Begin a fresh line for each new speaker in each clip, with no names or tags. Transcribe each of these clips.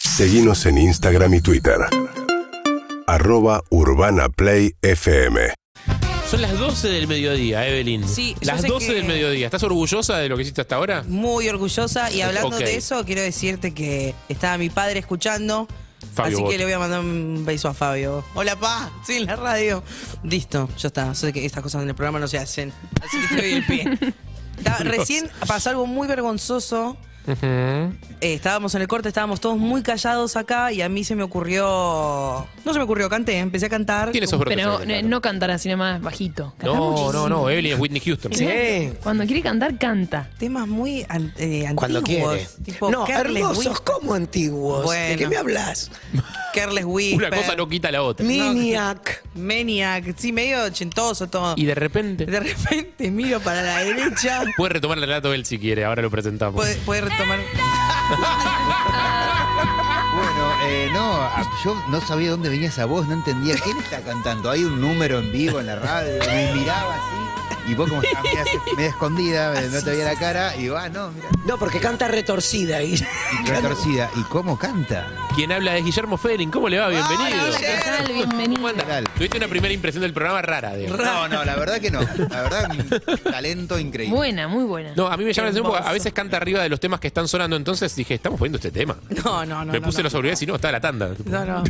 Seguimos en Instagram y Twitter. Arroba Urbana Play FM.
Son las 12 del mediodía, Evelyn.
Sí, yo
las
sé
12
que-
del mediodía. ¿Estás orgullosa de lo que hiciste hasta ahora?
Muy orgullosa. Y hablando
Ok.
de eso, quiero decirte que estaba mi padre escuchando.
Fabio
así
Bot.
que le voy a mandar un beso a Fabio. Hola, pa. Sí, en la radio. Listo, ya está. Sé que estas cosas en el programa no se hacen. Así que te doy el pie. Ta- Recién pasó algo muy vergonzoso. Eh, estábamos en el corte, estábamos todos muy callados acá y a mí se me ocurrió. No se me ocurrió, canté, empecé a cantar.
Tiene esos brotes.
Pero
Evelyn,
eh,
claro.
no cantar así nomás bajito. Cantar
no,
muchísimo.
no, no, Evelyn es Whitney Houston.
Sí.
Cuando quiere cantar, canta.
Temas muy an- eh, antiguos.
Cuando quiere.
Tipo
no,
Carles
hermosos,
Whi-
¿cómo antiguos? ¿De
Bueno.
qué me hablas?
Carles
Una
Whisper.
cosa no quita la otra.
Miniac.
Maniac, sí, medio ochentoso todo.
Y
Y
de repente
de repente miro para la derecha.
puede retomar el relato él si quiere, ahora lo presentamos.
Puede, puede retomar.
Bueno, eh, no, a- yo no sabía dónde venía esa voz, no entendía quién está cantando. Hay un número en vivo en la radio, me miraba así. Y vos como estabas media, media escondida, eh, no te veía la cara, y digo, ah, no, mira,
No, porque canta retorcida y
retorcida. ¿Y cómo canta?
Quien habla es Guillermo Ferin, ¿cómo le va? Bienvenido.
Ah, hola,
¿Qué tal? Bienvenido.
¿Qué tal?
Tuviste una primera impresión del programa rara, digamos.
No, no, la verdad que no. La verdad, un talento increíble.
Buena, muy buena.
No, a mí me llama la atención porque a
Hermoso.
veces canta arriba de los temas que están sonando, entonces dije, estamos poniendo este tema.
No, no, no.
me
no,
puse
no.
los obligados y no, estaba la tanda.
No, no.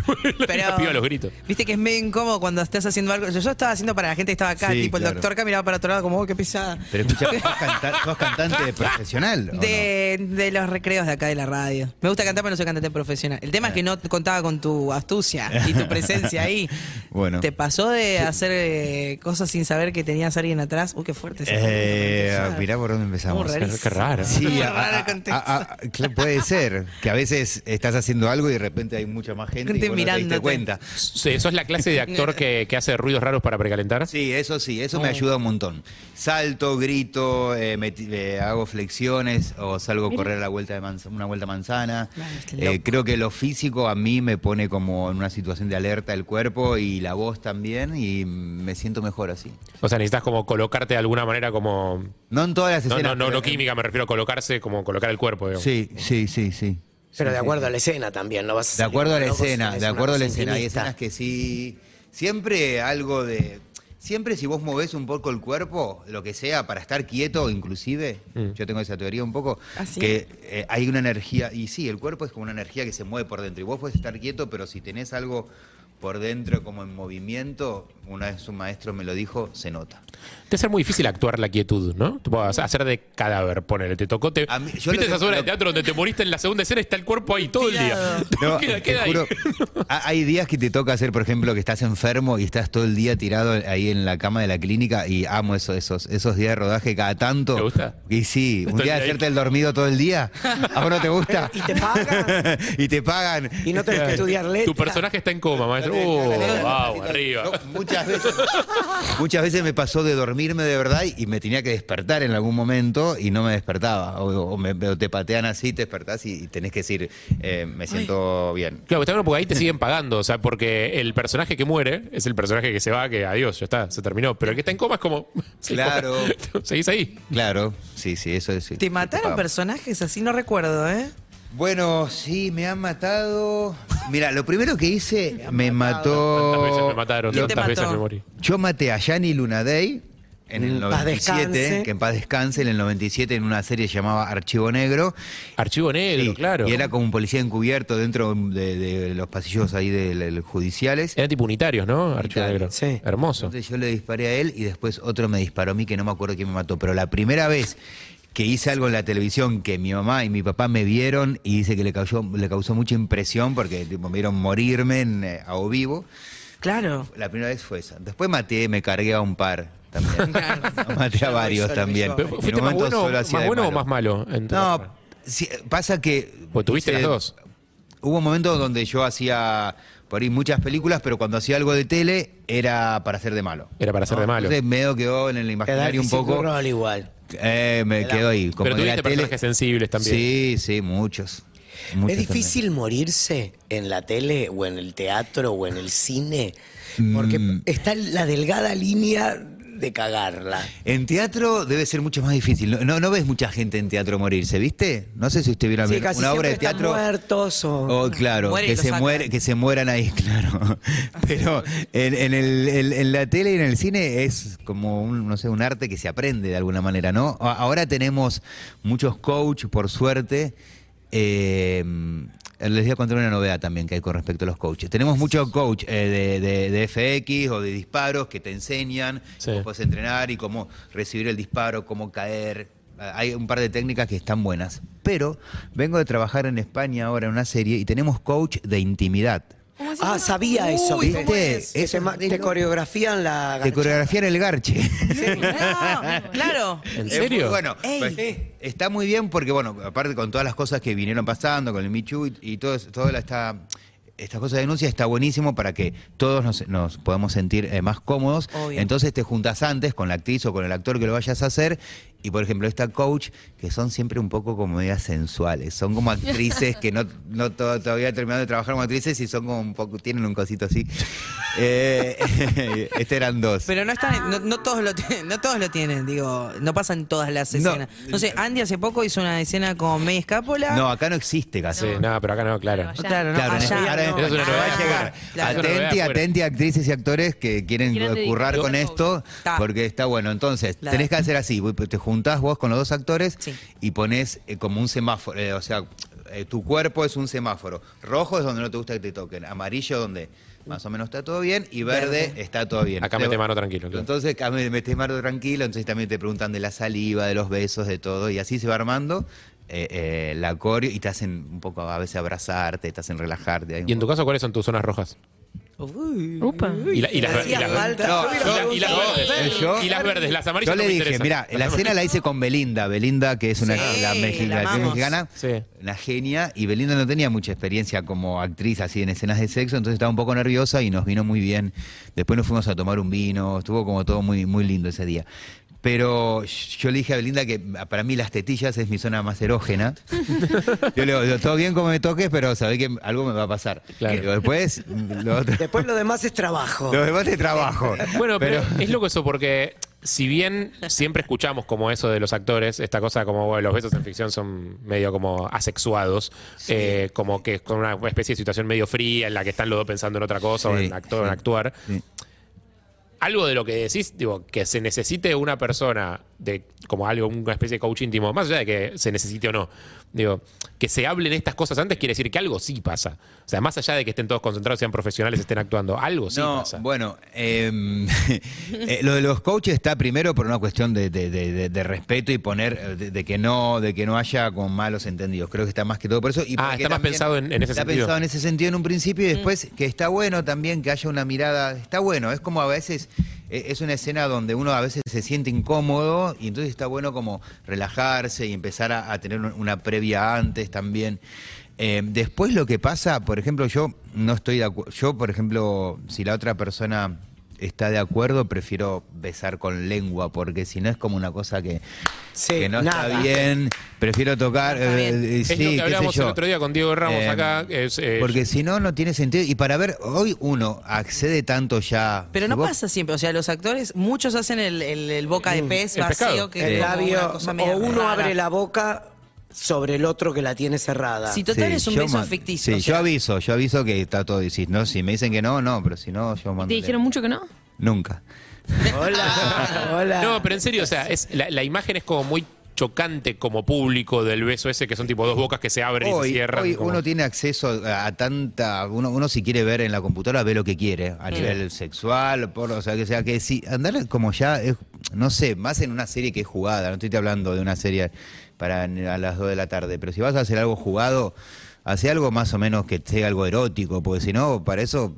La piba a los gritos.
Viste que es medio incómodo cuando estás haciendo algo. Yo, yo estaba haciendo para la gente que estaba acá,
Sí,
tipo el
claro.
doctor que miraba para otro lado como, oh, qué pesada.
Pero escucha, ¿sos, canta- sos cantante profesional? ¿o no?
De, de los recreos de acá de la radio. Me gusta cantar, pero no soy cantante profesional. El tema es que no contaba con tu astucia y tu presencia ahí.
Bueno.
¿Te pasó de hacer eh, cosas sin saber que tenías a alguien atrás? Uy, qué fuerte. ese
Eh,
momento.
mirá por dónde empezamos.
Muy rarísimo.
Qué raro.
Sí, a-
Raro
a-
el contexto.
a- a- cl- puede ser que a veces estás haciendo algo y de repente hay mucha más gente,
Gente
y vos no te
mirándote.
diste cuenta.
Sí, ¿Sos la clase de actor que, que hace ruidos raros para precalentar?
Sí, eso sí, eso
Oh.
me ayuda un montón. Salto, grito, eh, me ti- eh, hago flexiones o salgo a correr a la vuelta de manza- una vuelta a manzana.
Ay, qué
Eh,
loco.
creo que lo físico a mí me pone como en una situación de alerta el cuerpo y la voz también y me siento mejor así.
O sea, necesitas como colocarte de alguna manera como...
No en todas las
No,
escenas.
no, no,
pero- eh,
no química, me refiero a colocarse como colocar el cuerpo, digamos.
Sí, sí, sí, sí.
Pero de
Sí, sí.
acuerdo a la escena también, ¿no? Vas
De
salir
acuerdo a la
con locos,
escena,
es una
de acuerdo a la
cosa
escena. Hay
intimista.
escenas que sí. Siempre algo de. Siempre si vos movés un poco el cuerpo, lo que sea, para estar quieto, inclusive, yo tengo esa teoría un poco,
¿Ah, sí?
que eh, hay una energía, y sí, el cuerpo es como una energía que se mueve por dentro, y vos podés estar quieto, pero si tenés algo por dentro como en movimiento, una vez un maestro me lo dijo, se nota.
Debe ser muy difícil actuar la quietud, ¿no? Tipo, o sea, hacer de cadáver, ponele, te tocó. Te,
A mí- yo
¿Viste
lo que-
esas obras de
lo-
teatro donde te moriste en la segunda escena y está el cuerpo ahí todo el día?
Tirado.
No, eh,
queda
te
queda ahí.
juro, ha- hay días que te toca hacer, por ejemplo, que estás enfermo y estás todo el día tirado ahí en la cama de la clínica y amo eso, esos, esos días de rodaje cada tanto.
¿Te gusta?
Y sí, un
Estoy
día de
ahí.
hacerte el dormido todo el día. ¿A vos no te gusta?
Y te pagan
y te pagan.
y no tenés que estudiar letras.
Tu personaje está en coma, maestro. Oh, wow, arriba.
No, muchas veces muchas veces me pasó de dormirme de verdad y me tenía que despertar en algún momento y no me despertaba o, o me- o te patean así te despertás y, y tenés que decir eh, me siento bien
Claro, está bueno porque ahí te siguen pagando, o sea, porque el personaje que muere es el personaje que se va, que adiós, ya está, se terminó. Pero el que está en coma es como.
Claro.
Seguís ahí.
Claro, sí, sí, eso es.
¿Te mataron
personas?
personajes así? No recuerdo, ¿eh?
Bueno, sí, me han matado. Mira, lo primero que hice me,
Tantas
mató.
veces me mataron,
¿Quién te
tantas veces
mató?
me morí.
Yo maté a Yanni Lunadei en el
En paz
97,
descanse.
que en paz descanse, en el 97 en una serie llamada Archivo Negro.
Archivo negro,
Sí,
claro.
Y era como un policía encubierto dentro de, de los pasillos ahí de, de los judiciales.
Eran tipo unitarios, ¿no? Archivo negro.
Unitarios,
sí.
Hermoso.
Entonces yo le disparé a él y después otro me disparó a mí que no me acuerdo quién me mató. Pero la primera vez que hice algo en la televisión que mi mamá y mi papá me vieron y dice que le causó, le causó mucha impresión porque tipo, me vieron morirme en, eh, a o vivo.
Claro.
La primera vez fue esa. Después maté, me cargué a un par también. maté a varios
hizo, lo
también.
hizo.
Pero,
En un
¿Fuiste más
momento
bueno,
solo hacía
más
de
bueno o más malo? en tu carrera?
No, sí, pasa que...
Pues tuviste
hice-
las dos.
Hubo un momento donde yo hacía por ahí muchas películas, pero cuando hacía algo de tele era para hacer de malo.
Era para hacer de malo.
Entonces medio quedó en
Te
el
da el
imaginario un
físico
poco.
rol igual.
Eh, me quedó ahí. Como
Pero
de la
tuviste
tele.
personajes sensibles también.
Sí, sí, muchos. muchos
¿Es difícil morirse en la tele
Mm.
o en el teatro o en el cine? Porque está la delgada línea de cagarla.
En teatro debe ser mucho más difícil. No, no, no ves mucha gente en teatro morirse, ¿viste? No sé si usted vieron
Sí, casi
una obra
siempre
de
están
teatro.
muertos o...
Oh, claro,
Muere y
que
lo
se,
sacan.
muere, que se mueran ahí, claro. Pero en, en el- en- en la tele y en el cine es como un, no sé, un arte que se aprende de alguna manera, ¿no? A- Ahora tenemos muchos coach, por suerte. Eh, les voy a contar una novedad también que hay con respecto a los coaches. Tenemos muchos coach eh, de, de- de FX o de disparos que te enseñan
Sí.
cómo puedes entrenar y cómo recibir el disparo, cómo caer. Hay un par de técnicas que están buenas. Pero vengo de trabajar en España ahora en una serie y tenemos coach de intimidad.
Ah, sabía eso.
Uy,
¿viste?
¿cómo es?
Que se
Eso
ma-
es re
te
loco.
coreografían la...
De coreografiar el garche.
No, claro.
¿En
Es muy
serio?
Bueno,
Ey.
pues, está muy bien porque, bueno, aparte con todas las cosas que vinieron pasando, con el Michu y, y todo, toda esta, esta cosa de denuncia, está buenísimo para que todos nos, nos podamos sentir eh, más cómodos.
Obvio.
Entonces te juntas antes con la actriz o con el actor que lo vayas a hacer. Y, por ejemplo, esta coach, que son siempre un poco como medias sensuales. Son como actrices que no, no to- todavía terminado de trabajar como actrices y son como un poco, tienen un cosito así. Eh, este eran dos.
Pero no están, no, no todos lo tienen, no todos lo tienen, digo, no pasan todas las escenas. No, sé, Andy hace poco hizo una escena con May Escápola.
no, acá no existe casi.
Sí, no, pero acá no, claro.
Pero
Claro, no,
allá-
Claro, en
allá
España- ahora
no.
en España
Eso es una
va a
novedad.
Claro.
llegar.
Eso es una novedad
Atenti,
afuera.
atenti actrices y actores que
Quieren
quieren, eh,
dedicar-
currar con
Yo-
esto,
Ta.
porque está bueno. Entonces,
Claro.
tenés que hacer así, vos- te juntás vos con los dos actores
Sí.
y ponés eh, como un semáforo, eh, o sea, eh, tu cuerpo es un semáforo. Rojo es donde no te gusta que te toquen, amarillo donde más o menos está todo bien y verde, está todo bien.
Acá mete mano tranquilo, claro.
Entonces, acá me- metés mano tranquilo, entonces también te preguntan de la saliva, de los besos, de todo, y así se va armando. eh, eh, la coreo y te hacen un poco a veces abrazarte, te hacen relajarte. hay un
¿Y en tu
poco-
caso cuáles son tus zonas rojas?
Uy.
Upa.
Y, la- y las, y
Hacía
las-
falta.
No,
y la- y las verdes.
Yo-
y las verdes, las amarillas
Yo le
no me
dije,
interesan.
mira, la
Las
cena la hice con Belinda, Belinda que es una
Sí,
la mexica-
la amamos.
mexicana,
Sí.
una genia, y Belinda no tenía mucha experiencia como actriz así en escenas de sexo, entonces estaba un poco nerviosa y nos vino muy bien. Después nos fuimos a tomar un vino, estuvo como todo muy, muy lindo ese día. Pero yo le dije a Belinda que para mí las tetillas es mi zona más erógena. Yo le digo, digo, todo bien como me toques, pero sabés que algo me va a pasar.
Claro.
Digo, después, lo otro-
Después lo demás es trabajo.
lo demás de trabajo.
Bueno, pero, es loco eso porque si bien siempre escuchamos como eso de los actores, esta cosa como bueno, los besos en ficción son medio como asexuados, eh, como que es con una especie de situación medio fría en la que están los dos pensando en otra cosa o
Sí,
en, acto- en
sí.
actuar.
Sí.
Algo de lo que decís, digo, que se necesite una persona de como algo, una especie de coach íntimo, más allá de que se necesite o no, digo, que se hablen estas cosas antes quiere decir que algo sí pasa. O sea, más allá de que estén todos concentrados, sean profesionales, estén actuando, algo sí
no,
pasa.
Bueno, em, eh, lo de los coaches está primero por una cuestión de, de- de- de- de respeto y poner eh, de, de que no, de que no haya con malos entendidos. Creo que está más que todo por eso. Y
Ah,
porque
está más
también
pensado en- en ese
está
sentido.
pensado en ese sentido en un principio y
Mm.
después que está bueno también que haya una mirada. Está bueno, es como a veces. eh, Es una escena donde uno a veces se siente incómodo y entonces está bueno como relajarse y empezar a, a tener un- una previa antes también. Eh, después lo que pasa, por ejemplo, yo no estoy de acuerdo. Yo, por ejemplo, si la otra persona está de acuerdo, prefiero besar con lengua, porque si no es como una cosa que,
Sí,
que no
nada.
está bien. Prefiero tocar.
No está bien.
eh, eh,
Es
sí,
lo
qué
que
sé
hablábamos el
yo.
otro día con Diego Ramos
Eh,
acá. es, eh,
Porque si no, no tiene sentido. Y para ver, hoy uno accede tanto ya.
Pero
Si
no
vos-
pasa siempre, o sea, los actores, muchos hacen el, el- el boca de pez
el
vacío
pescado.
que
El
es como una
labio,
cosa media
o uno
rara.
abre la boca sobre el otro que la tiene cerrada.
Si total
Sí,
es un
yo
beso
man-
ficticio.
Sí,
o sea,
yo aviso, yo aviso que está todo. y Si, no, si me dicen que no, no, pero si no, yo mando.
¿Te dijeron mucho que no?
Nunca.
Hola, hola.
No, pero en serio, o sea, es, la, la imagen es como muy chocante como público del beso ese que son tipo dos bocas que se abren y
hoy,
se cierran.
hoy
como-
uno tiene acceso a, a tanta. Uno, uno si quiere ver en la computadora, ve lo que quiere, a nivel sexual, por, o sea, que sea que si andar como ya, es, no sé, más en una serie que es jugada, no estoy hablando de una serie para n- a las 2 de la tarde, pero si vas a hacer algo jugado, hace algo más o menos que sea algo erótico, porque si no, para eso,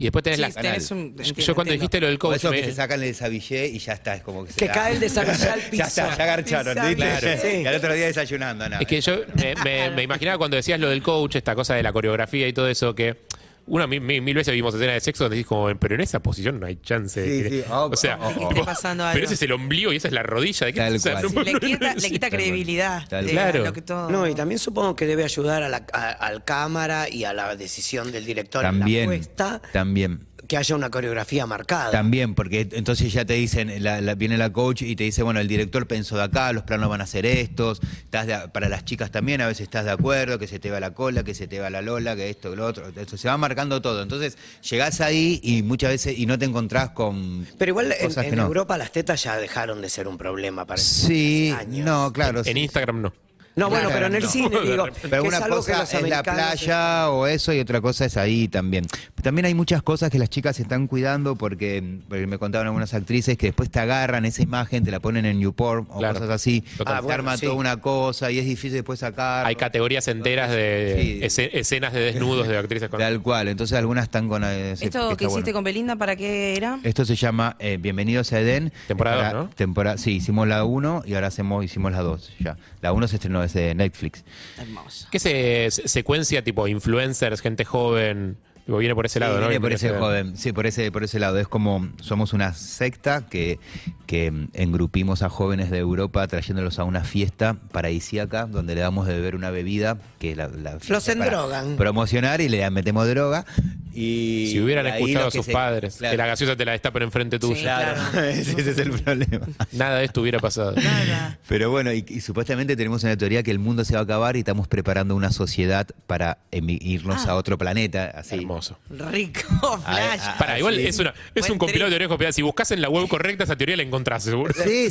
Y después tenés
sí,
la.
tenés un-
Yo- yo
entiendo,
cuando
entiendo.
dijiste lo del
por
coach.
eso
me-
que se sacan el desabillé y ya está, es como que se
Que
da-
cae el desabillé al
Ya
piso.
está, ya garcharon,
Piso.
¿viste?
Claro. Sí.
Y al otro día desayunando, nada.
Es que yo me, me- me imaginaba cuando decías lo del coach, esta cosa de la coreografía y todo eso, que una mil, mil- mil veces vimos escenas de sexo donde decís como, pero en esa posición no hay chance. de
Sí,
que-".
sí, oh,
o sea,
oh, oh.
tipo,
Esté pasando algo.
pero ese es el ombligo y esa es la rodilla. ¿de qué
Tal
o sea,
cual.
no-
Sí,
no-
le quita,
no-
le quita
cual.
credibilidad.
Tal
eh,
cual.
a lo que todo-
No, y también supongo que debe ayudar a la, a- al cámara y a la decisión del director en la
También,
puesta
también.
que haya una coreografía marcada.
También, porque entonces ya te dicen, la- la- viene la coach y te dice, bueno, el director pensó de acá, los planos van a ser estos, estás de- para las chicas también a veces estás de acuerdo, que se te va la cola, que se te va la lola, que esto, que lo otro, eso, se va marcando todo. Entonces llegás ahí y muchas veces y no te encontrás con...
Pero igual en,
cosas que
en
no.
Europa las tetas ya dejaron de ser un problema para
Sí,
años.
no, claro.
En
sí.
Instagram no.
No, bueno,
Claro,
pero en el
no.
cine digo,
Pero
que
una
es algo que
cosa
los
es la
americanos-
playa o eso y otra cosa es ahí también. También hay muchas cosas que las chicas están cuidando porque, porque me contaban algunas actrices que después te agarran esa imagen, te la ponen en YouPorn o
Claro.
cosas así.
Total.
Ah,
bueno,
arma
sí.
toda una cosa y es difícil después sacar.
Hay categorías enteras de
Sí.
esce- escenas de desnudos de actrices con.
Tal cual. Entonces algunas están con... eh, se-
¿Esto
está
que hiciste
bueno.
con Belinda para qué era?
Esto se llama eh, Bienvenidos a Edén.
Temporada
Ahora,
dos, ¿no?
Temporada, sí, hicimos la 1 y ahora hacemos, hicimos la 2 ya. La 1 se estrenó desde Netflix.
Hermoso.
¿Qué se, se- secuencia tipo influencers, gente joven? Tipo, viene por ese este lado,
Sí,
¿no?
viene por ese
Bienvenido.
joven, sí, por ese, por ese lado. Es como somos una secta que, que mm, engrupimos a jóvenes de Europa trayéndolos a una fiesta paradisíaca donde le damos de beber una bebida que la, la fiesta para
endrogan.
Promocionar y le metemos droga. Y
Si hubieran
y ahí
escuchado a
los que
sus
se-
padres,
claro,
que la gaseosa te la destapen enfrente tuyo.
claro, ese es el problema.
Nada de esto hubiera pasado.
Pero bueno, y, y supuestamente tenemos una teoría que el mundo se va a acabar y estamos preparando una sociedad para emi- irnos a otro planeta. Así.
Hermoso.
Rico flash.
ah,
Para, igual
sí.
es, una, es
Buen
un compilado
trip.
de orejo pedal. Si buscas en la web correcta, esa teoría la encontrás, seguro.
Sí,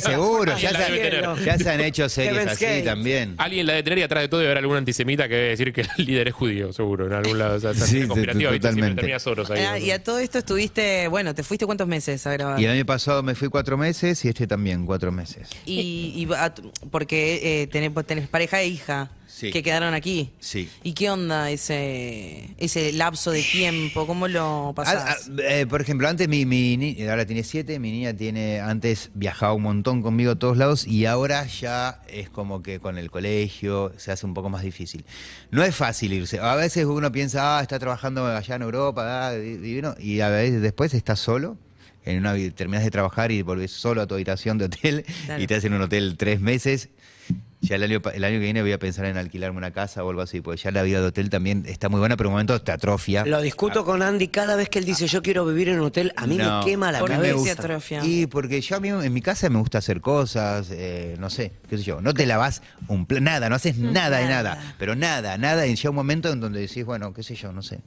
seguro.
Alguien
Ya
la debe
se,
tener. Ah.
ya se han hecho series
Heaven's
así
Gate.
también.
Alguien la debe tener y atrás de todo debe haber algún antisemita que debe decir que el líder es judío, seguro, en algún lado. O sea, esa
Sí,
teoría
sí,
conspirativa, ¿viste? Siempre
totalmente.
termina Soros ahí,
Ah, y a todo esto estuviste, bueno, te fuiste cuántos meses a grabar.
Y
Y,
el año pasado me fui cuatro meses y este también cuatro meses.
y va a tu- porque eh, tenés, vos tenés pareja e hija
Sí.
que quedaron aquí.
Sí.
¿Y qué onda ese ese lapso de tiempo? ¿Cómo lo
Ah,
pasás?
ah, eh, por ejemplo, antes mi, mi ni- ahora tiene siete, mi niña tiene antes viajaba un montón conmigo a todos lados y ahora ya es como que con el colegio se hace un poco más difícil. No es fácil irse. A veces uno piensa, ah, está trabajando allá en Europa, ah, di- divino, y a veces después estás solo. En una, terminas de trabajar y volvés solo a tu habitación de hotel
Claro.
y te hacen un hotel tres meses Ya el año, pa- el año que viene voy a pensar en alquilarme una casa o algo así, porque ya la vida de hotel también está muy buena, pero en un momento te atrofia.
Lo discuto con Andy cada vez que él dice yo quiero vivir en un hotel, a mí
No.
me quema la
¿Por qué
cabeza.
se atrofia?
Y porque yo a mí en mi casa me gusta hacer cosas, eh, no sé, qué sé yo, no te lavas un pla- nada, no haces
Mm,
nada de nada, pero nada, nada, y llega un momento en donde decís, bueno, qué sé yo, no sé,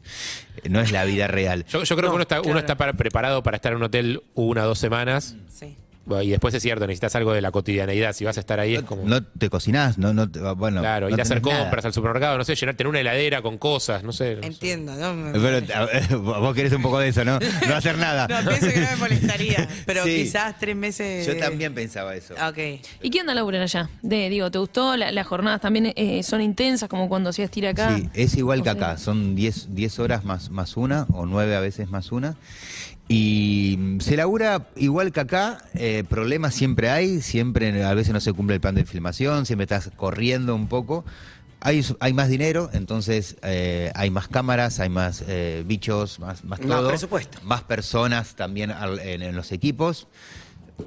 Eh, no es la vida real.
Yo, yo creo que uno está, uno está para- preparado para estar en un hotel una o dos semanas.
Sí.
Bueno, Y después es cierto, necesitas algo de la cotidianeidad. Si vas a estar ahí, es como.
No te cocinás, no, no, te- ah, bueno.
claro,
no
ir a hacer
tenés nada.
compras al supermercado, no sé, llenarte en una heladera con cosas, no sé. no sé.
Entiendo, ¿no? Me-
Pero, a ver, vos querés un poco de eso, ¿no? No hacer nada.
No, pienso que no me molestaría, pero
Sí.
quizás eh, tres meses.
Yo
de-
también pensaba eso.
Ok.
¿Y qué onda laburar allá? De, digo, ¿te gustó? La- las jornadas también eh, son intensas, como cuando hacías tira acá.
Sí, es igual
O
que
sea,
acá, son 10 10 horas más, más una, o 9 a veces más una. Y mm, se labura igual que acá, eh, problemas siempre hay, siempre a veces no se cumple el plan de filmación, siempre estás corriendo un poco. Hay, hay más dinero, entonces eh, hay más cámaras, hay más eh, bichos, más, más
Más
todo.
presupuesto.
Más personas también al- en- en los equipos.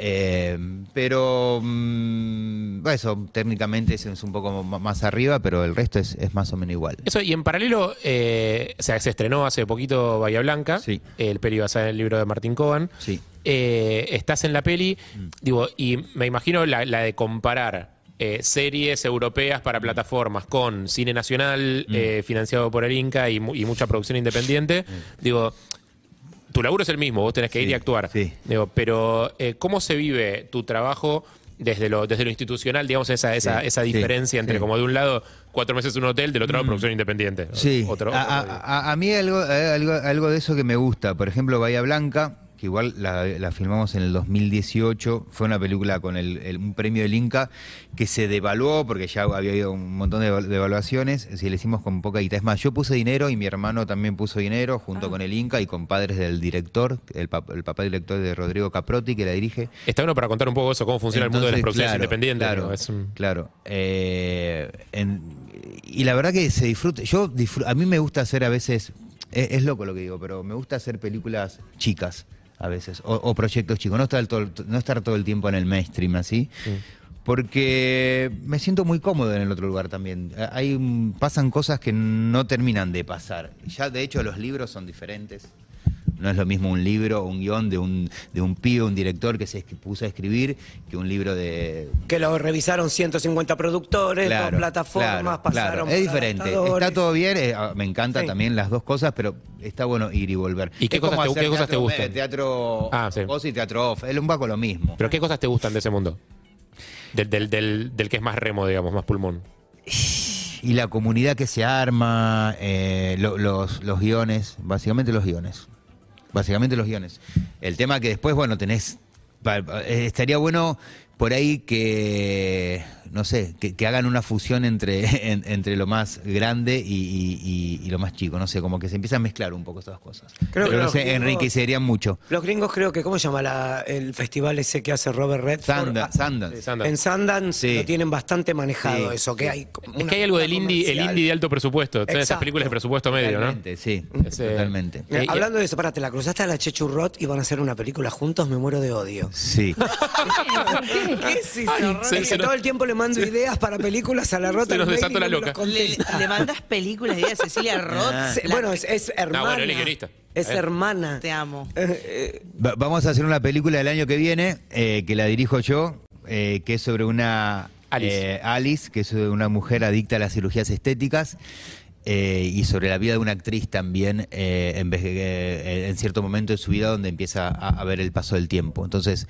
Eh, pero mm, bueno, eso técnicamente es, es un poco m- más arriba, pero el resto es, es más o menos igual.
Eso, y en paralelo, eh, o sea, se estrenó hace poquito Bahía Blanca,
Sí.
el peli basado en el libro de Martín Coban.
Sí.
Eh, estás en la peli,
Mm.
digo, y me imagino la, la de comparar eh, series europeas para plataformas con cine nacional
Mm.
eh, financiado por el Inca y, mu- y mucha producción independiente. Digo, tu laburo es el mismo, vos tenés que ir
Mm. Sí,
y actuar.
sí.
Digo, pero, eh, ¿cómo se vive tu trabajo? Desde lo, desde lo institucional, digamos, esa, esa,
Sí,
esa
sí,
diferencia entre
sí. Mm.
como de un lado cuatro meses en un hotel, del otro lado producción independiente.
Sí, Ah,
Otro,
a,
otro-
a- a- a mí algo, eh, algo, algo de eso que me gusta, por ejemplo Bahía Blanca, que igual la, la filmamos en el 2018, fue una película con el, el- un premio del Inca que se devaluó porque ya había habido un montón de devalu- devaluaciones, si le hicimos con poca guita. Es más, yo puse dinero y mi hermano también puso dinero junto con el Inca y con padres del director, el, pap- el papá director de Rodrigo Caprotti que la dirige.
Está bueno para contar un poco eso, cómo funciona el mundo de las
Entonces,
producciones
claro,
independientes.
Claro,
¿no? Es un-
claro. Eh, en- y la verdad que se disfruta. Yo disfru- a mí me gusta hacer a veces, es, es loco lo que digo, pero me gusta hacer películas chicas a veces, o, o proyectos chicos, no estar, todo, no estar todo el tiempo en el mainstream así. Porque me siento muy cómodo en el otro lugar también. Ah, Hay, un- pasan cosas que no terminan de pasar. Ya, de hecho, los libros son diferentes. No es lo mismo un libro, un guión de un, de un pibe, un director que se escri- puso a escribir, que un libro de...
Que lo revisaron 150 productores, dos plataformas,
claro,
pasaron.
claro. Es
por
diferente.
adaptadores.
Está todo bien, eh, ah, me encanta
Sí.
también las dos cosas, pero está bueno ir y volver.
¿Y qué
Es
cosas
como
te-
hacer
qué cosas te
teatro,
gustan?
eh, Teatro
Ah, sí.
off y teatro off. Es un poco lo mismo.
¿Pero qué cosas te gustan de ese mundo? Del, del, del, del que es más remo, digamos, más pulmón.
Y la comunidad que se arma, eh, lo- los, los guiones, básicamente los guiones. Básicamente los guiones. El tema que después, bueno, tenés. pa- pa- eh, Estaría bueno por ahí que, no sé, que, que hagan una fusión entre, en- entre lo más grande y, y- y- y lo más chico, no sé, como que se empiezan a mezclar un poco estas dos cosas.
Creo que
Pero no
los
sé,
gringos-
enriquecerían mucho.
Los gringos creo que, ¿cómo se llama la- el festival ese que hace Robert Redford?
Sanda-
Ah,
Sundance.
Sandra.
En Sundance
Sí.
lo tienen bastante manejado
Sí,
eso, que hay como
Es
una
que hay algo del
cultura
indie, el
comercial.
indie de alto presupuesto. Todas esas
Exacto.
películas de presupuesto medio, ¿no?
Totalmente, sí,
Ese-
totalmente.
Mira,
Eh, y-
hablando de eso, pará, te la cruzaste a la Chechurrot y van a hacer una película juntos, me muero de odio.
Sí.
¿Qué es eso,
Ay,
Ronnie?
se-
Que
se nos-
todo el tiempo le mando ideas para películas a la rota.
Se nos
al mail
desató la
y no me
loca.
los
Le,
contesta.
le mandás películas de idea a
Ah.
Cecilia Roth.
Se-
La-
bueno, es, es hermana.
bueno, Eh. él es guionista.
Es
A ver.
hermana.
te amo.
Va- vamos a hacer una película el año que viene, eh, que la dirijo yo, eh, que es sobre una
Alice.
eh, Alice, que es sobre una mujer adicta a las cirugías estéticas. eh, y sobre la vida de una actriz también eh, en, vez- eh, en cierto momento de su vida donde empieza a, a ver el paso del tiempo. Entonces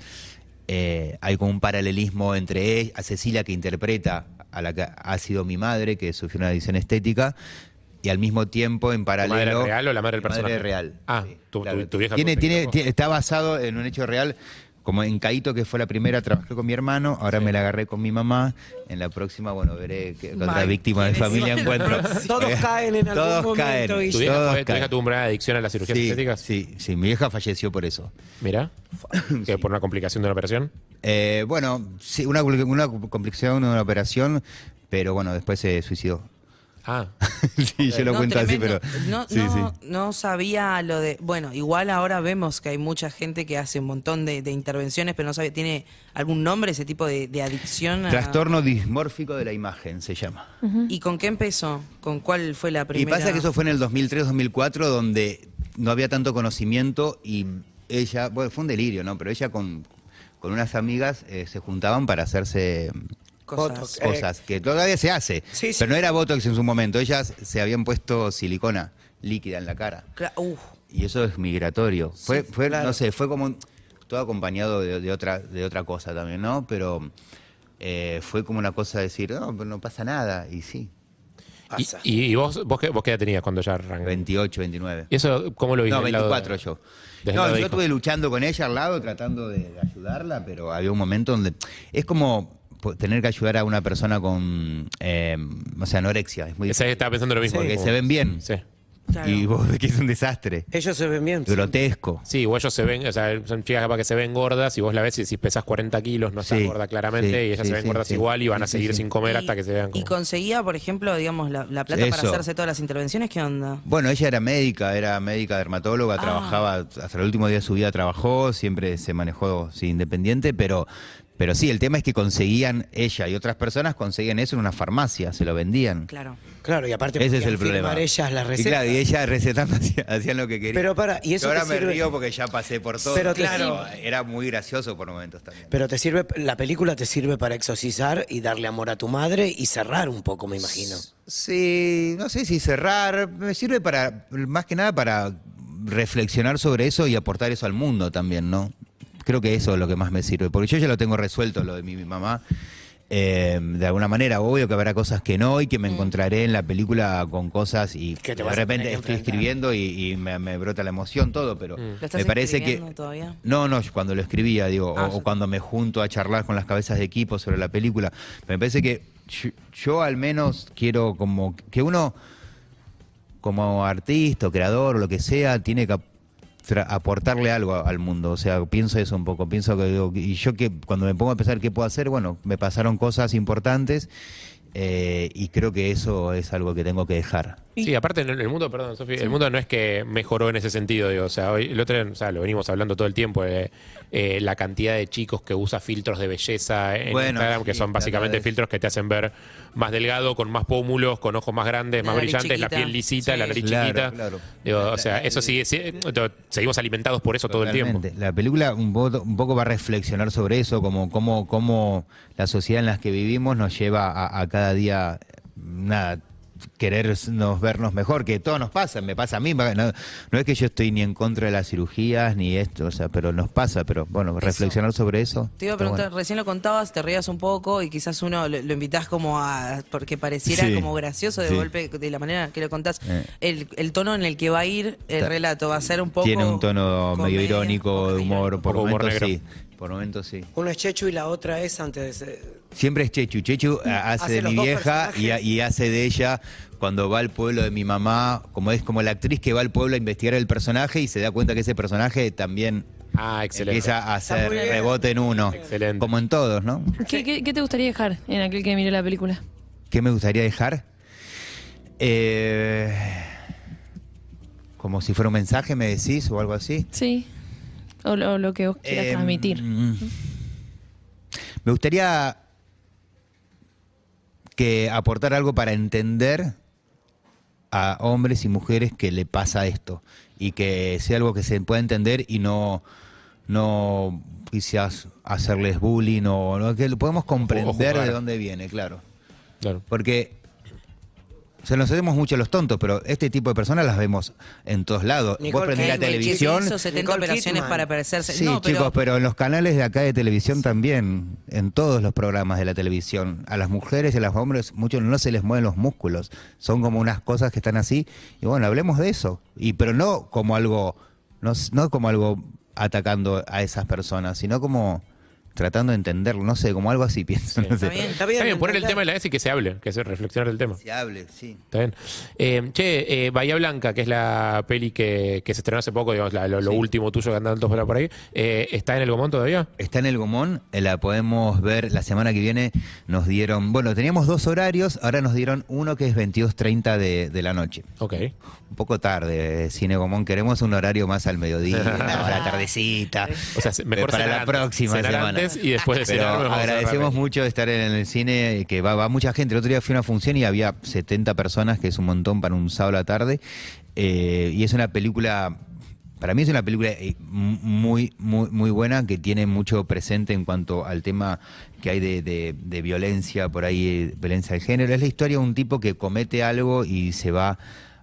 eh, hay como un paralelismo entre ella, Cecilia que interpreta a la que ha sido mi madre, que sufrió una adicción estética, y al mismo tiempo en
¿Tu
paralelo...
madre real o la madre del
Mi madre
personaje?
real.
Ah,
sí,
tu, tu-
claro.
tu vieja.
Tiene-
perfecta,
tiene-
vos.
tiene- está basado en un hecho real. Como en Caito, que fue la primera, trabajé con mi hermano, ahora me la agarré con mi mamá. En la próxima, bueno, veré qué otra
Mal.
víctima de
¿Quién es?
familia encuentro. Eh,
Todos caen en algún
Todos
momento,
caen,
Guille.
¿Tu vieja,
todos
fue- tu
caen.
vieja tuvo una adicción a las cirugías
Sí,
estéticas?
sí, sí, mi vieja falleció por eso.
Mira, que por una complicación de una operación.
Eh, bueno, sí, una, compli- una complicación, una operación, pero bueno, después se suicidó.
Ah,
sí, yo lo
No,
cuento
tremendo.
así, pero.
No,
sí,
no-
sí.
no sabía lo de. Bueno, igual ahora vemos que hay mucha gente que hace un montón de, de intervenciones, pero no sabe. ¿Tiene algún nombre ese tipo de, de adicción? a-
Trastorno dismórfico de la imagen se llama.
¿Y con qué empezó? ¿Con cuál fue la
Y
primera?
pasa que eso fue en el 2003-2004, donde no había tanto conocimiento y ella, bueno, fue un delirio, ¿no? Pero ella con, con unas amigas eh, se juntaban para hacerse
Cosas.
cosas, que todavía se hace.
Eh, Sí, sí.
Pero no era Botox en su momento, ellas se habían puesto silicona líquida en la cara.
Cla- Uf,
Y eso es migratorio. Fue, fue
claro.
no sé, fue como un- todo acompañado de, de otra, de otra cosa también, ¿no? Pero eh, fue como una cosa de decir, no, pero no pasa nada. Y sí,
y,
Pasa.
y- y vos, vos, qué, vos qué edad tenías cuando ya arrancó?
28, 29.
¿Y eso cómo lo viste?
No,
del lado de-
24 yo.
desde el
No,
lado
yo
de hijo?
estuve luchando con ella al lado, tratando de, de ayudarla, pero había un momento donde. Es como po- tener que ayudar a una persona con. eh, o sea, anorexia. Es muy
Esa-
difícil.
estaba pensando lo mismo.
Porque
como-
se ven bien.
Sí.
claro.
Y vos ves que es un desastre.
Ellos se ven bien. sí.
Grotesco.
Sí, o ellos se ven, o sea, son chicas capaz que se ven gordas y vos la ves y si pesas 40 kilos no estás
Sí,
gorda claramente
sí,
y ellas
sí,
se ven
sí,
gordas
sí.
igual y van a
Sí, sí,
seguir
sí.
sin comer
Y-
hasta que se vean
¿Y
como...
conseguía, por ejemplo, digamos, la, la plata para
Eso.
hacerse todas las intervenciones? ¿Qué onda?
Bueno, ella era médica, era médica
Ah.
dermatóloga, trabajaba hasta el último día de su vida trabajó, siempre se manejó sí, independiente, pero pero sí, el tema es que conseguían ella y otras personas conseguían eso en una farmacia, se lo vendían.
Claro.
Claro, y aparte
Ese es
podían
el problema.
firmar ellas las
Y
recetas.
claro, y ellas recetando hacían, hacían lo que querían.
Pero para, ¿y eso
Yo ahora
te
me
sirve?
río porque ya pasé por todo.
Pero
Pero
te
claro, era muy gracioso por momentos también.
Pero te sirve, la película te sirve para exorcizar y darle amor a tu madre y cerrar un poco, me imagino.
Sí, no sé si cerrar, me sirve para más que nada para reflexionar sobre eso y aportar eso al mundo también, ¿no? Creo que eso es lo que más me sirve, porque yo ya lo tengo resuelto lo de mi, mi mamá. eh, de alguna manera, obvio que habrá cosas que no y que me encontraré en la película con cosas y
Mm. Que te
de
vas a
repente
tener que
estoy
enfrentar. Mm.
escribiendo y, y me, me brota la emoción, todo, pero
¿Lo estás
me parece que...
escribiendo todavía?
No, no, yo cuando lo escribía, digo, o-
Ah,
o,
ya.
cuando me junto a charlar con las cabezas de equipo sobre la película. Me parece que yo, yo al menos quiero como que uno, como artista o creador o lo que sea, tiene que ap- tra- aportarle algo a- al mundo. O sea, pienso eso un poco. Pienso que digo, y yo que cuando me pongo a pensar qué puedo hacer, bueno, me pasaron cosas importantes Eh, y creo que eso es algo que tengo que dejar.
Sí, aparte en el el mundo, perdón, Sofi, el mundo no es que mejoró en ese sentido, digo, o sea, hoy, el otro, día, o sea, lo venimos hablando todo el tiempo, eh, eh, la cantidad de chicos que usa filtros de belleza en
Bueno,
Instagram, que
sí,
son
la
básicamente
verdad es-
filtros que te hacen ver más delgado, con más pómulos, con ojos más grandes,
La
más
nariz
brillantes, la
chiquita.
piel lisita,
Sí.
la nariz
Claro,
chiquita.
claro.
Digo,
La-
o sea,
la-
eso sigue, sigue- digo, seguimos alimentados por eso todo el
Totalmente.
tiempo.
La película un, po- un poco va a reflexionar sobre eso, como cómo, cómo la sociedad en la que vivimos nos lleva a, a cada día, nada, querernos vernos mejor, que todo nos pasa, me pasa a mí, no, no es que yo estoy ni en contra de las cirugías ni esto, o sea, pero nos pasa, pero bueno, reflexionar sobre eso.
Te iba a
está
preguntar,
bueno.
recién lo contabas, te reías un poco y quizás uno lo, lo invitás como a. porque pareciera
Sí.
como gracioso de
Sí.
golpe, de la manera que lo contás.
Eh.
El, el tono en el que va a ir el
Ta-
relato va a ser un poco.
Tiene un tono medio
comedia,
irónico, de
comedia.
humor, por
poco humor
momentos sí.
negro.
Por momentos sí.
Uno es Chechu y la otra es antes de... ser-
Siempre es Chechu. Chechu a- hace,
Hace
de
los
mi
dos
vieja y, a-
personajes.
y hace de ella cuando va al pueblo de mi mamá, como es como la actriz que va al pueblo a investigar el personaje y se da cuenta que ese personaje también
Ah, excelente.
empieza a hacer
muy bien.
rebote en uno.
Excelente.
Como en todos, ¿no?
¿Qué, qué, qué te gustaría dejar en aquel que miró la película?
¿Qué me gustaría dejar? Eh, como si fuera un mensaje, me decís, o algo así.
Sí. O lo, lo que vos quieras
Eh,
transmitir.
mm, Me gustaría que aportar algo para entender a hombres y mujeres que le pasa esto y que sea algo que se pueda entender y no no quizás hacerles bullying o no, que lo podemos comprender
juzgar.
de dónde viene, claro.
Claro.
Porque se nos hacemos mucho los tontos, pero este tipo de personas las vemos en todos lados. Vos
Nicole
prendés la
Kidman, que se
televisión,
hizo 70
Nicole
operaciones
Kidman.
para parecerse.
Sí,
no, pero-
chicos, pero en los canales de acá de televisión también, en todos los programas de la televisión, a las mujeres y a los hombres, muchos no se les mueven los músculos, son como unas cosas que están así, y bueno, hablemos de eso, y pero no como algo, no, s- no como algo atacando a esas personas, sino como tratando de entenderlo, no sé, como algo así pienso. no
Está
sé.
bien.
Está bien,
Está bien, poner el
entender.
tema en la S y que se hable, que se reflexionar del tema.
Se hable, sí.
Está bien. Eh, che, eh, Bahía Blanca, que es la peli que, que se estrenó hace poco, digamos, la- lo, lo último tuyo que andan todos por ahí, por ahí, eh, ¿está en el Gomón todavía?
Está en el Gomón, eh, la podemos ver la semana que viene. Nos dieron, bueno, teníamos dos horarios, ahora nos dieron uno que es 22.30 de, de la noche.
Ok.
Un poco tarde, eh, Cine Gomón, queremos un horario más al mediodía, a la tardecita.
O sea, se- mejor
Eh, para
cenar
la
antes.
próxima
Cenar
semana.
antes y después de
Pero
cenar nos vamos a hacer
agradecemos
rápido.
mucho estar en el cine, eh, que va, va mucha gente. El otro día fui a una función y había 70 personas, que es un montón para un sábado a la tarde. Eh, y es una película, para mí es una película eh, m- muy, muy, muy buena, que tiene mucho presente en cuanto al tema que hay de, de- de violencia, por ahí, eh, violencia de género. Es la historia de un tipo que comete algo y se va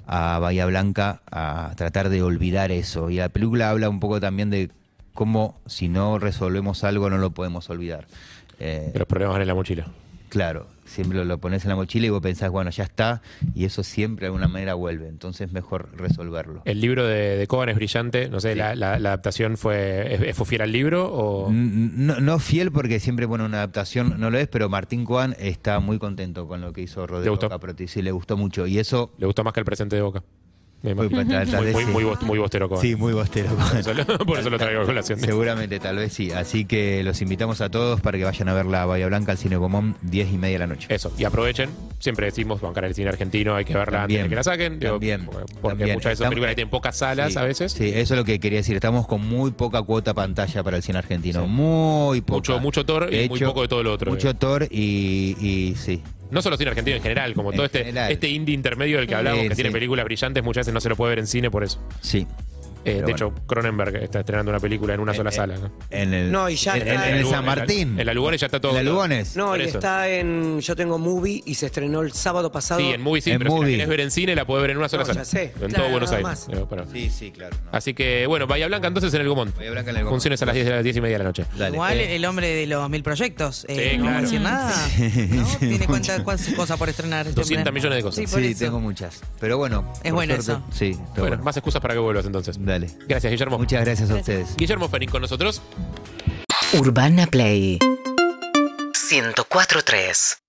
a Bahía Blanca a tratar de olvidar eso. Y la película habla un poco también de cómo si no resolvemos algo no lo podemos olvidar. Eh,
Que Los problemas van en la mochila.
Claro, siempre lo, lo pones en la mochila y vos pensás, bueno, ya está, y eso siempre de alguna manera vuelve, entonces mejor resolverlo.
El libro de, de Coban es brillante, no sé, la, la- la adaptación fue, es- ¿fue fiel al libro o...?
N- No, no fiel porque siempre bueno una adaptación, no lo es, pero Martín Coan está muy contento con lo que hizo Rodrigo
gustó?
Caprotti, sí, le gustó mucho, y eso...
¿Le gustó más que el presente de Boca? Me
Muy,
imagino.
tal- tal
Muy,
vez
muy,
sí.
muy bost- muy bostero Coban.
Sí, muy bostero.
Por eso lo- Por eso lo traigo a colación.
Seguramente, tal vez sí. Así que los invitamos a todos para que vayan a ver la Bahía Blanca al Cine Común, 10 y media de la noche.
Eso, y aprovechen, siempre decimos bancar el cine argentino, hay que verla antes
También,
de que la saquen, digo,
también,
porque
también.
muchas de esas
Estamos-
películas tienen pocas salas
Sí,
a veces.
Sí, eso es lo que quería decir. Estamos con muy poca cuota pantalla para el cine argentino. Muy poca.
Mucho- mucho Thor y muy poco de todo lo otro, eh.
Mucho Thor y, y sí.
No solo cine argentino en general, como
En
todo este,
general.
este indie intermedio del que hablamos,
Sí,
que tiene
sí.
películas brillantes, muchas veces no se lo puede ver en cine por eso.
Sí.
Eh, de
Pero
hecho, Cronenberg está estrenando una película en una sola
eh,
sala. ¿no?
En el,
No, y ya
en,
está
en-
Ah, en
en
la
el
Lugones,
San Martín.
En la Lugones ya está todo.
En la Lugones.
No,
Por
y
eso.
está en... Yo tengo Movie y se estrenó el sábado pasado.
Sí, en Movie sí,
En
pero si la
Movie.
querés ver en cine la puedes ver en una sola
No,
sala.
ya sé.
En todo
Claro,
Buenos
nada
Aires.
más.
digo, para-
Sí, sí, claro. no.
Así que, bueno, Bahía Blanca entonces en el Gomón.
Bahía Blanca en el Gomón.
Funciones a las 10 de las 10 y media de la noche.
Dale.
Igual
Eh,
el hombre de los mil proyectos. eh,
Sí,
no vamos a
claro.
decir nada. ¿no? Tiene cuántas cuántas cosas por estrenar. este
200
hombre.
millones de cosas.
Sí, por
sí,
eso.
tengo muchas. Pero bueno.
Es
por
bueno
suerte-
eso.
Sí, está
Bueno,
bueno.
más excusas para que vuelvas entonces.
Dale.
Gracias, Guillermo.
Muchas gracias a ustedes.
Guillermo Fenin con nosotros.
Urbana Play 104.3